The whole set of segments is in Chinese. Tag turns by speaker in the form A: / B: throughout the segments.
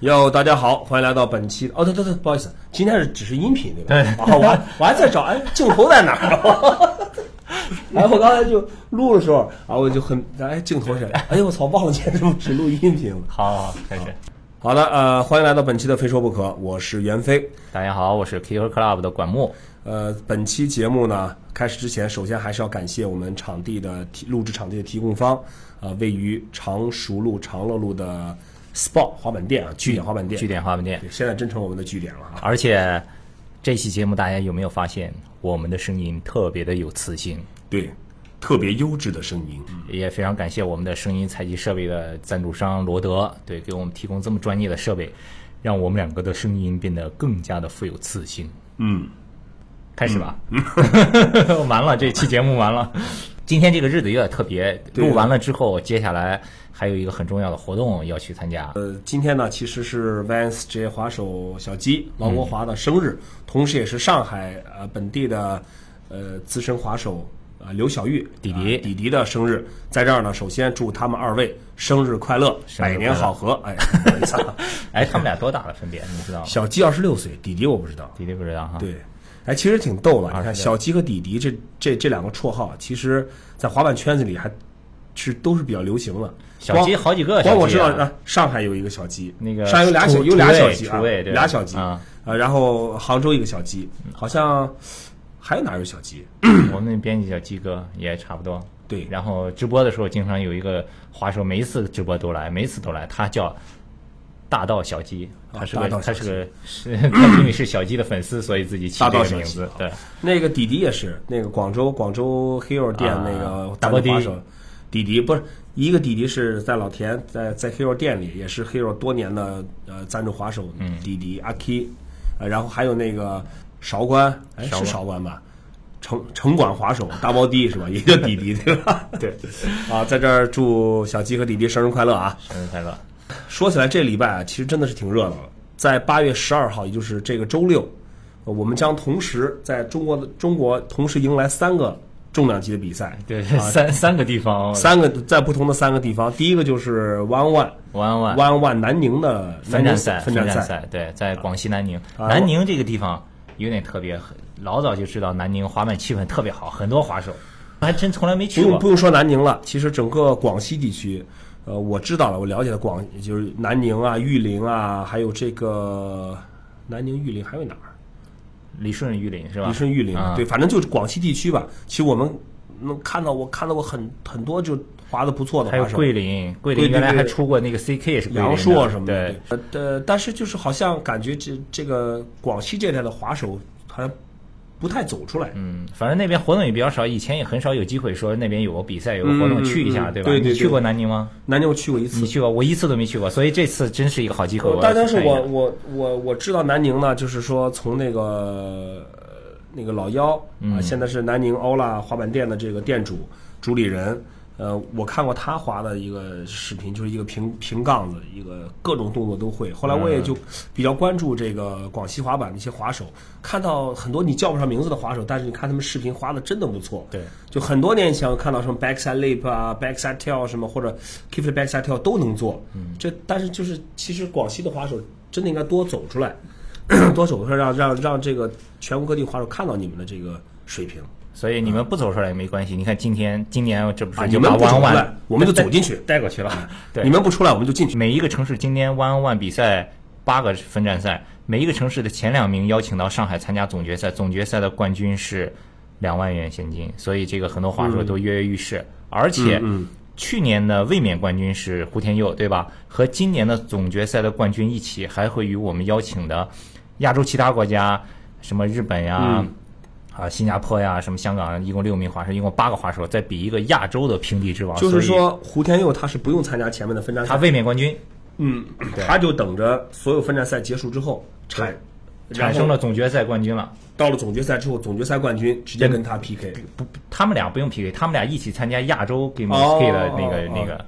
A: 哟，大家好，欢迎来到本期。哦，对对对，不好意思，今天是只是音频对吧？
B: 对
A: 啊，我还我还在找，哎，镜头在哪儿？ 然后我刚才就录的时候啊，我就很哎，镜头是谁？哎呦，我操，忘了今天是不是只录音频了？
B: 好好，开始。
A: 好的，呃，欢迎来到本期的非说不可，我是袁飞。
B: 大家好，我是 Kicker Club 的管木。
A: 呃，本期节目呢，开始之前，首先还是要感谢我们场地的提录制场地的提供方，呃，位于常熟路长乐路的 SPA 滑板店啊，据点滑板店，
B: 据点花门店
A: 对，。现在真成我们的据点了啊！
B: 而且这期节目大家有没有发现，我们的声音特别的有磁性？
A: 对，特别优质的声音，
B: 也非常感谢我们的声音采集设备的赞助商罗德，对，给我们提供这么专业的设备，让我们两个的声音变得更加的富有磁性。
A: 嗯，
B: 开始吧。 完了，这期节目完了。今天这个日子有点特别，
A: 啊
B: 录完了之后，接下来还有一个很重要的活动要去参加。
A: 呃，今天呢，其实是 Vans 职业滑手小鸡王国华的生日，同时也是上海呃本地的呃资深滑手呃刘小玉
B: 弟弟
A: 呃弟弟的生日，在这儿呢，首先祝他们二位生日快乐，
B: 生日快乐
A: 百年好合。哎，
B: 哎，他们俩多大的分别？你知道吗？
A: 小鸡二十六岁，弟弟我不知道。
B: 弟弟不知道哈。
A: 对，哎，其实挺逗的。你看，
B: 26
A: 小鸡和弟弟这这这两个绰号，啊其实在滑板圈子里还是都是比较流行的。
B: 小鸡
A: 光
B: 好几个
A: 光我
B: 小鸡
A: 知道
B: 啊
A: 啊，上海有一个小鸡，
B: 那个
A: 上海有俩
B: 楚
A: 小有俩
B: 楚卫
A: 小鸡啊
B: 楚卫，对
A: 俩小鸡
B: 啊
A: 呃然后杭州一个小鸡，好像还有哪儿有小鸡？
B: 我们那编辑叫鸡哥也差不多。
A: 对
B: 然后直播的时候，经常有一个滑手，每一次直播都来，每一次都来。他叫大道小鸡，
A: 啊
B: 他是
A: 大
B: 个
A: 道
B: 他
A: 小鸡
B: 是 个是，他因为是小鸡的粉丝，所以自己起
A: 大
B: 这
A: 道
B: 个
A: 小
B: 名
A: 鸡
B: 字
A: 啊。
B: 对，
A: 那个弟弟也是，那个广州广州 Hero 店
B: 啊
A: 那个
B: 大波
A: 弟
B: 弟
A: 手，弟弟不是一个弟弟是在老田在在 Hero 店里也是 Hero 多年的呃赞助滑手，弟弟
B: 嗯
A: 阿 K，呃然后还有那个韶关，哎
B: 韶
A: 是
B: 关
A: 韶关吧？城城管滑手大包弟是 吧？也叫弟弟对吧？
B: 对，
A: 啊，在这儿祝小鸡和弟弟生日快乐啊！
B: 生日 快乐！
A: 说起来，这礼拜啊，其实真的是挺热闹的。在八月十二号，也就是这个周六，呃我们将同时在中国的中国同时迎来三个重量级的比赛，
B: 对，三三个地方，
A: 三个在不同的三个地方。第一个就是弯弯
B: 弯弯
A: 弯弯南宁的
B: 分
A: 南
B: 站
A: 宁
B: 赛，
A: 分
B: 站
A: 站赛，
B: 赛，对，在广西南宁。
A: 啊
B: 南宁这个地方有点特别，很老早就知道南宁滑板气氛特别好，很多滑手，还真从来没
A: 不
B: 去
A: 用
B: 过
A: 不。用说南宁了，其实整个广西地区，呃，我知道了，我了解的广就是南宁啊、玉林啊，还有这个南宁、玉林还有哪儿？
B: 李顺玉林是吧？
A: 李顺玉林，
B: 啊
A: 对，反正就是广西地区吧。其实我们能看到，我看到过很很多就滑的不错的
B: 还有
A: 滑手，
B: 桂林，桂
A: 对
B: 林原来
A: 对
B: 还
A: 对
B: 出过那个 CK 也是桂林的
A: 杨硕什么的。
B: 对，
A: 对，呃，呃但是就是好像感觉这这个广西这一带的滑手好像不太走出来。
B: 嗯，反正那边活动也比较少，以前也很少有机会说那边有个比赛有个活
A: 嗯
B: 动去一下，
A: 嗯
B: 对吧？
A: 对对
B: 你去
A: 对
B: 过南宁吗？
A: 南宁我去过一次
B: 你，去过，我一次都没去过，所以这次真是一个好机会。我要
A: 但哦
B: 去
A: 但是
B: 看一
A: 我
B: 下
A: 我我我知道南宁呢，就是说从那个呃那个老幺
B: 嗯
A: 啊，现在是南宁欧拉滑板店的这个店主主理人。呃，我看过他滑的一个视频，就是一个平平杠子，一个各种动作都会。后来
B: 嗯
A: 我也就比较关注这个广西滑板的一些滑手，看到很多你叫不上名字的滑手，但是你看他们视频滑的真的不错。
B: 对，
A: 就很多年前我看到什么 backside lip 啊、backside tail 什么或者 kickflip backside tail 都能做。嗯，这但是就是其实广西的滑手真的应该多走出来， 多走出来让让让这个全国各地滑手看到你们的这个水平。
B: 所以你们不走出来也没关系。你看今天今年这不
A: 啊
B: 是
A: 你
B: 就
A: 们
B: 把
A: 不走
B: 弯
A: 出来
B: 弯
A: 我们就走进去嗯
B: 带带过去了。对，
A: 你们不出来我们就进去。
B: 每一个城市今年 One on One 比赛八个分站赛，每一个城市的前两名邀请到上海参加总决赛，总决赛的冠军是两万元现金，所以这个很多滑手都跃跃欲试，而且。
A: 嗯
B: 去年的卫冕冠军是胡天佑，对吧？和今年的总决赛的冠军一起，还会与我们邀请的亚洲其他国家，什么日本呀、
A: 嗯
B: 啊新加坡呀、什么香港，一共六名滑手，一共八个滑手，再比一个亚洲的平地之王。
A: 就是
B: 啊所以
A: 说，胡天佑他是不用参加前面的分站
B: 他
A: 赛，
B: 卫冕冠军
A: 嗯，他就等着所有分站赛结束之后产
B: 产生，了
A: 然后
B: 总决赛冠军了。
A: 到了总决赛之后，总决赛冠军直接跟他 PK。
B: 不，他们俩不用 PK，他们俩一起参加亚洲 Game
A: 哦
B: K 的那个、
A: 哦哦
B: 那个，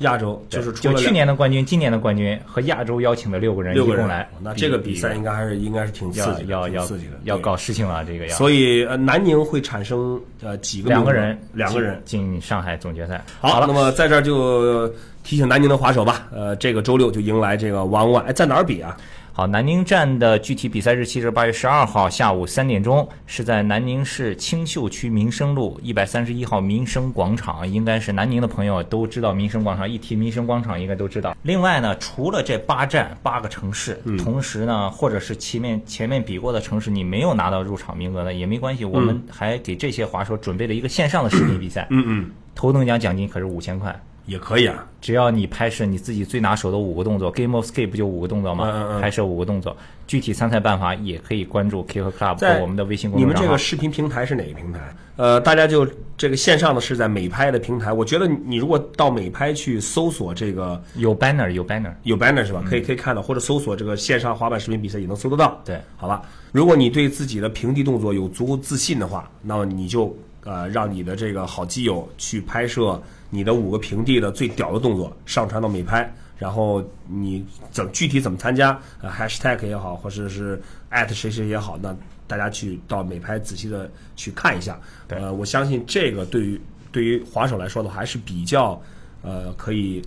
A: 亚洲
B: 对
A: 就是除
B: 就
A: 了
B: 去
A: 两
B: 年的冠军、今年的冠军和亚洲邀请的六个人一
A: 六个
B: 共
A: 人哦
B: 来，
A: 那这个比赛应该还是应该是挺刺
B: 要
A: 激的，
B: 要
A: 挺
B: 要
A: 刺激的，
B: 要
A: 对
B: 搞事情了，这个要。
A: 所以呃，南宁会产生呃几个
B: 两个
A: 名额
B: 人，
A: 两个人。
B: 进进上海总决赛。
A: 好，
B: 了
A: 那，么在这儿就提醒南宁的滑手吧，呃，这个周六就迎来这个 one one，哎，在哪儿比啊？
B: 好，南宁站的具体比赛日期是八月十二号下午三点钟，是在南宁市青秀区民生路一百三十一号民生广场。应该是南宁的朋友都知道民生广场，一提民生广场应该都知道。另外呢，除了这八站八个城市，
A: 嗯
B: 同时呢，或者是前面前面比过的城市你没有拿到入场名额的也没关系，我们还给这些滑手准备了一个线上的视频比赛。
A: 嗯嗯，
B: 头等奖奖金可是五千块。
A: 也可以啊。
B: 只要你拍摄你自己最拿手的五个动作，Game of Skate 不就五个动作吗？
A: 嗯嗯嗯
B: 拍摄五个动作，具体参赛办法也可以关注 Kick Club
A: 在
B: 哦和我们的微信公
A: 你
B: 众
A: 们
B: 账号。
A: 这个视频平台是哪个平台？呃，大家就这个线上的是在美拍的平台，我觉得你你如果到美拍去搜索这个
B: 有 banner 有 banner，
A: 有 banner 是吧？可以可以看到，或者搜索这个线上滑板视频比赛也能搜得到。
B: 嗯对
A: 好吧。如果你对自己的平地动作有足够自信的话，那么你就呃让你的这个好基友去拍摄你的五个平地的最屌的动作，上传到美拍。然后你怎么具体怎么参加、呃、，hashtag 也好，或者是艾特谁谁也好，那大家去到美拍仔细的去看一下。
B: 对
A: 呃，我相信这个对于对于滑手来说的话，还是比较呃可以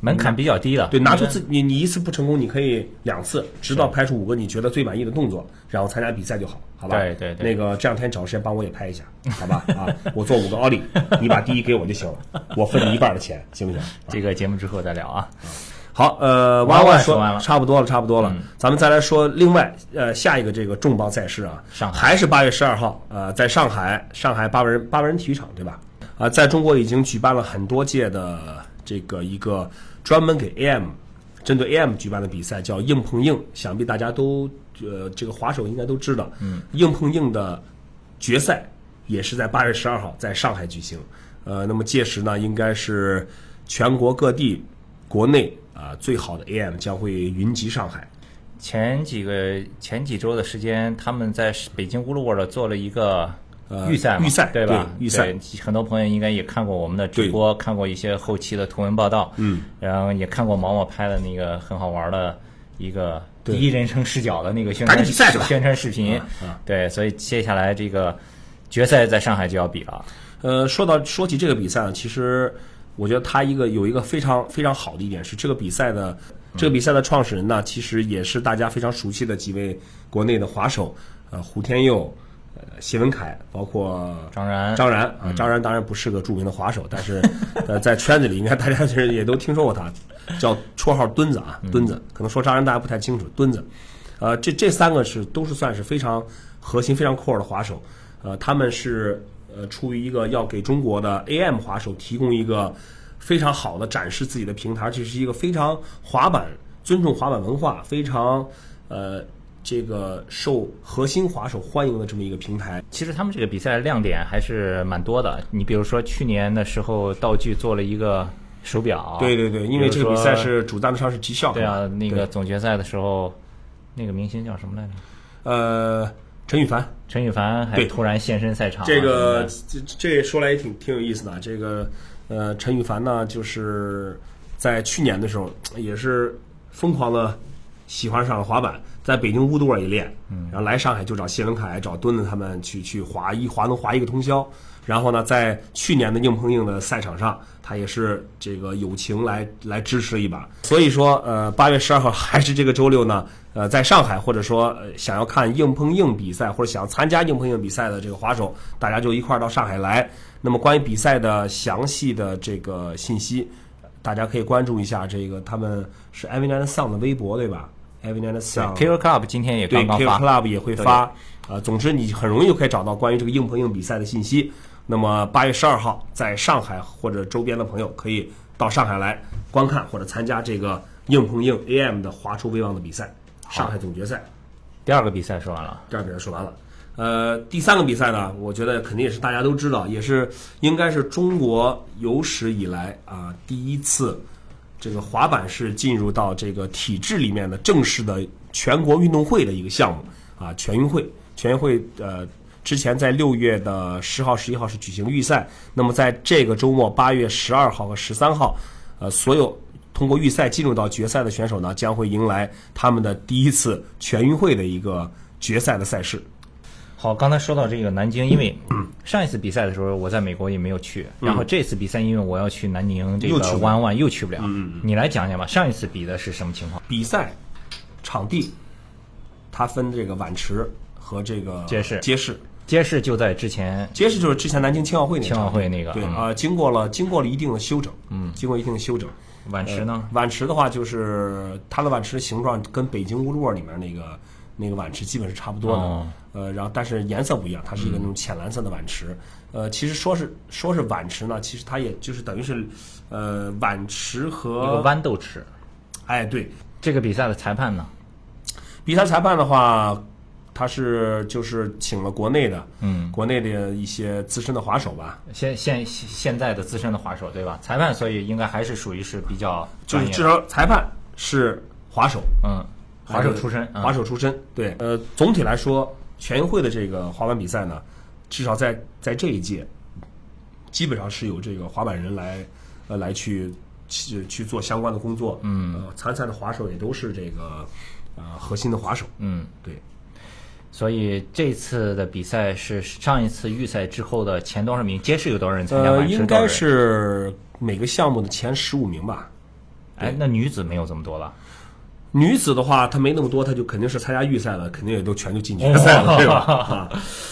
B: 门槛比较低的。
A: 对，拿出自你你一次不成功，你可以两次，直到拍出五个你觉得最满意的动作，然后参加比赛就好，好吧？
B: 对对对
A: 那个这两天找时间帮我也拍一下，好吧？啊，我做五个奥利，你把第一给我就行了，我分你一半的钱，行不行？
B: 这个节目之后再聊啊。
A: 好，呃，弯
B: 弯弯
A: 弯
B: 说完了嗯
A: 差不多了，差不多了，咱们再来说另外呃下一个这个重磅赛事啊，
B: 上海
A: 还是八月十二号，呃，在上海上海八万人八万人体育场对吧？啊、在中国已经举办了很多届的这个一个专门给 AM 针对 AM 举办的比赛，叫硬碰硬，想必大家都呃这个滑手应该都知道，嗯，硬碰硬的决赛也是在八月十二号在上海举行。呃，那么届时呢，应该是全国各地、国内啊、最好的 AM 将会云集上海。
B: 前几个前几周的时间，他们在北京乌鲁沃尔做了一个。预赛嘛，
A: 呃预赛
B: 对吧？
A: 对预赛
B: 对，很多朋友应该也看过我们的直播，看过一些后期的图文报道，嗯，然后也看过毛毛拍的那个很好玩的一个第一人称视角的那个宣
A: 赶
B: 传
A: 紧比赛去吧啊
B: 宣传视频，对，所以接下来这个决赛在上海就要比了，
A: 呃，说到说起这个比赛啊呢，其实我觉得它一个有一个非常非常好的一点是，这个比赛的这个比赛的创始人呢，其实也是大家非常熟悉的几位国内的滑手，呃，胡天佑、呃，谢文凯，包括
B: 张然
A: 张然啊，张然当然不是个著名的滑手，但是 呃，在圈子里应该大家其实也都听说过他，叫绰号墩子啊，墩子。可能说张然大家不太清楚，墩子。呃，这这三个是都是算是非常核心、非常 core 的滑手。呃，他们是呃出于一个要给中国的 AM 滑手提供一个非常好的展示自己的平台，这是一个非常滑板尊重滑板文化，非常呃这个受核心滑手欢迎的这么一个平台。
B: 其实他们这个比赛亮点还是蛮多的。你比如说去年的时候，道具做了一个手表，
A: 对对对，因为这个比
B: 啊比如
A: 赛
B: 说
A: 是主赞助商是 G Shock，
B: 对啊，那个
A: 对
B: 总决赛的时候，那个明星叫什么来着？
A: 呃，陈羽凡，
B: 陈羽凡还
A: 对
B: 突然现身赛场啊，
A: 这个
B: 什么
A: 这这说来也挺挺有意思的啊。这个呃，陈羽凡呢，就是在去年的时候也是疯狂的喜欢上了滑板，在北京乌都尔也练，
B: 嗯
A: 然后来上海就找谢文凯、找墩子他们去去滑，一滑能滑一个通宵。然后呢，在去年的硬碰硬的赛场上，他也是这个友情来来支持一把。所以说，呃，八月十二号 还是这个周六呢，呃，在上海或者说、呃、想要看硬碰硬比赛或者想参加硬碰硬比赛的这个滑手，大家就一块儿到上海来。那么关于比赛的详细的这个信息，大家可以关注一下这个他们是 a v i n a n Sound 的微博对吧 a v i n a n
B: 的
A: Sound
B: Killer Club 今天也
A: 嗯对
B: 刚刚
A: K
B: 发，
A: Club 也会发，呃，总之你很容易就可以找到关于这个硬碰硬比赛的信息。那么八月十二号，在上海或者周边的朋友可以到上海来观看或者参加这个硬碰硬 AM 的华出威望的比赛，上海总决赛。
B: 第二个比赛说完了，
A: 第二比赛说完了。呃，第三个比赛呢，我觉得肯定也是大家都知道，也是应该是中国有史以来啊、第一次，这个滑板是进入到这个体制里面的正式的全国运动会的一个项目啊，全运会。全运会呃，之前在六月的十号、十一号是举行预赛，那么在这个周末八月十二号和十三号，呃，所有通过预赛进入到决赛的选手呢，将会迎来他们的第一次全运会的一个决赛的赛事。
B: 好，刚才说到这个南京，因为
A: 嗯
B: 上一次比赛的时候我在美国也没有去，然后这次比赛因为我要去南宁这
A: 又去
B: 个
A: 不了嗯
B: 弯弯又去不了，你来讲讲吧，上一次比的是什么情况？
A: 比赛场地它分这个碗池和这个
B: 街市
A: 街市。
B: 街市就在之前，
A: 街市就是之前南京青奥会那个
B: 青奥
A: 场地
B: 会那个
A: 对
B: 嗯
A: 啊、经过了经过了一定的修整，嗯，经过一定的修整。
B: 碗池呢？
A: 碗池的话，就是它的碗池形状跟北京乌洛里面那个那个碗池基本是差不多的，
B: 哦
A: 呃，然后但是颜色不一样，它是一个那种浅蓝色的碗池。
B: 嗯
A: 呃，其实说是说是碗池呢，其实它也就是等于是，呃，碗池
B: 一个
A: 和
B: 豌豆池。
A: 哎对，
B: 这个比赛的裁判呢？
A: 比赛裁判的话，他是就是请了国内的，
B: 嗯，
A: 国内的一些资深的滑手吧，
B: 现现现在的资深的滑手对吧？裁判，所以应该还是属于是比较
A: 就
B: 专
A: 是
B: 业的
A: 至少裁判是滑手，
B: 嗯，滑手出身，嗯
A: 滑手出身。对，呃，总体来说，全运会的这个滑板比赛呢，至少在在这一届，基本上是由这个滑板人来呃来去去去做相关的工作。嗯，呃、参赛的滑手也都是这个呃核心的滑手。
B: 嗯，
A: 对，
B: 所以这次的比赛是上一次预赛之后的前多少名？街市有多少人参加？
A: 呃，
B: 晚市
A: 应
B: 多少
A: 该
B: 人
A: 是每个项目的前十五名吧。
B: 哎，那女子没有这么多了。
A: 女子的话，她没那么多，她就肯定是参加预赛了，肯定也都全就进决赛了，对吧？啊，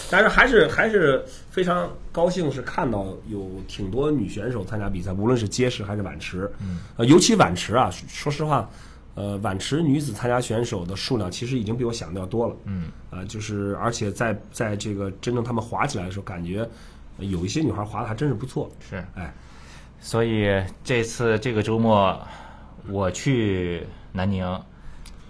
A: 但是还是还是非常高兴，是看到有挺多女选手参加比赛，无论是街式还是碗池，呃，尤其碗池啊，说实话，呃，碗池女子参加选手的数量其实已经比我想的要多了，嗯，呃，就是而且在在这个真正她们滑起来的时候，感觉呃有一些女孩滑的还真是不错，
B: 是，
A: 哎，
B: 所以这次这个周末我去南宁，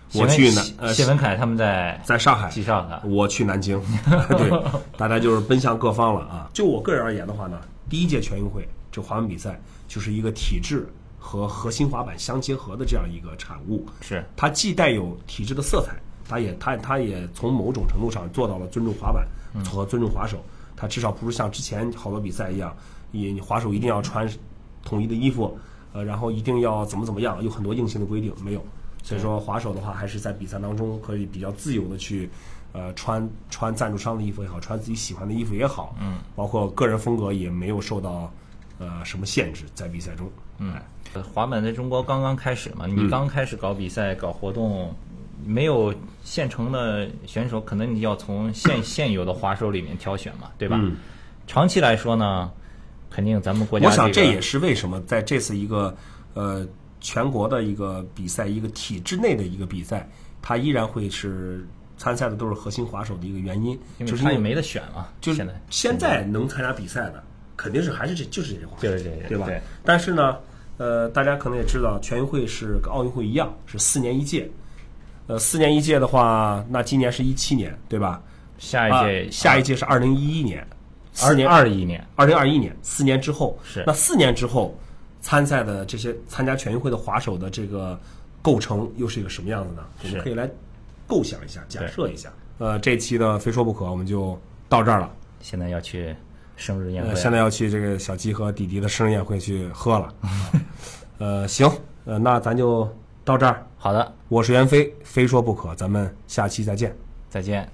B: 谢文
A: 去南
B: 谢
A: 呃
B: 谢文凯他们在
A: 在上海
B: 介绍的。
A: 我去南京，对，大家就是奔向各方了啊。就我个人而言的话呢，第一届全运会这滑板比赛就是一个体制和核心滑板相结合的这样一个产物，
B: 是
A: 它既带有体制的色彩，它也它它也从某种程度上做到了尊重滑板和尊重滑手，它至少不是像之前好多比赛一样，你你滑手一定要穿统一的衣服，呃，然后一定要怎么怎么样，有很多硬性的规定没有。所以说滑手的话，还是在比赛当中可以比较自由的去，呃，穿穿赞助商的衣服也好，穿自己喜欢的衣服也好，嗯，包括个人风格也没有受到呃什么限制，在比赛中，嗯，
B: 呃滑板在中国刚刚开始嘛，你刚开始搞比赛、搞活动，没有现成的选手，可能你要从现现有的滑手里面挑选嘛，对吧？长期来说呢，肯定咱们国
A: 嗯
B: 家、
A: 我想
B: 这
A: 这
B: 个
A: 也是为什么在这次一个呃全国的一个比赛，一个体制内的一个比赛，它依然会是参赛的都是核心滑手的一个原因，
B: 因
A: 就
B: 为
A: 是
B: 他也
A: 因为
B: 没得选嘛，
A: 就是
B: 现在
A: 现在能参加比赛的肯定是还是这就是这些滑手，
B: 就是这些人
A: 对吧？
B: 对
A: 但是呢，呃，大家可能也知道，全运会是跟奥运会一样是四年一届，呃，四年一届的话，那今年是一七年，对吧？
B: 下
A: 啊
B: 一届、
A: 下一届是二零一一年，四
B: 二
A: 年
B: 二一年，
A: 二零二一年，四年之后
B: 是
A: 那四年之后参赛的这些参加全运会的滑手的这个构成又是一个什么样子呢？我们
B: 是
A: 可以来构想一下，假设一下。呃，这期呢非说不可，我们就到这儿了。
B: 现在要去生日宴会
A: 呃，
B: 啊、
A: 现在要去这个小鸡和弟弟的生日宴会去喝 了。呃，行，呃，那咱就到这儿。
B: 好的，
A: 我是袁飞，非说不可，咱们下期再见。
B: 再见。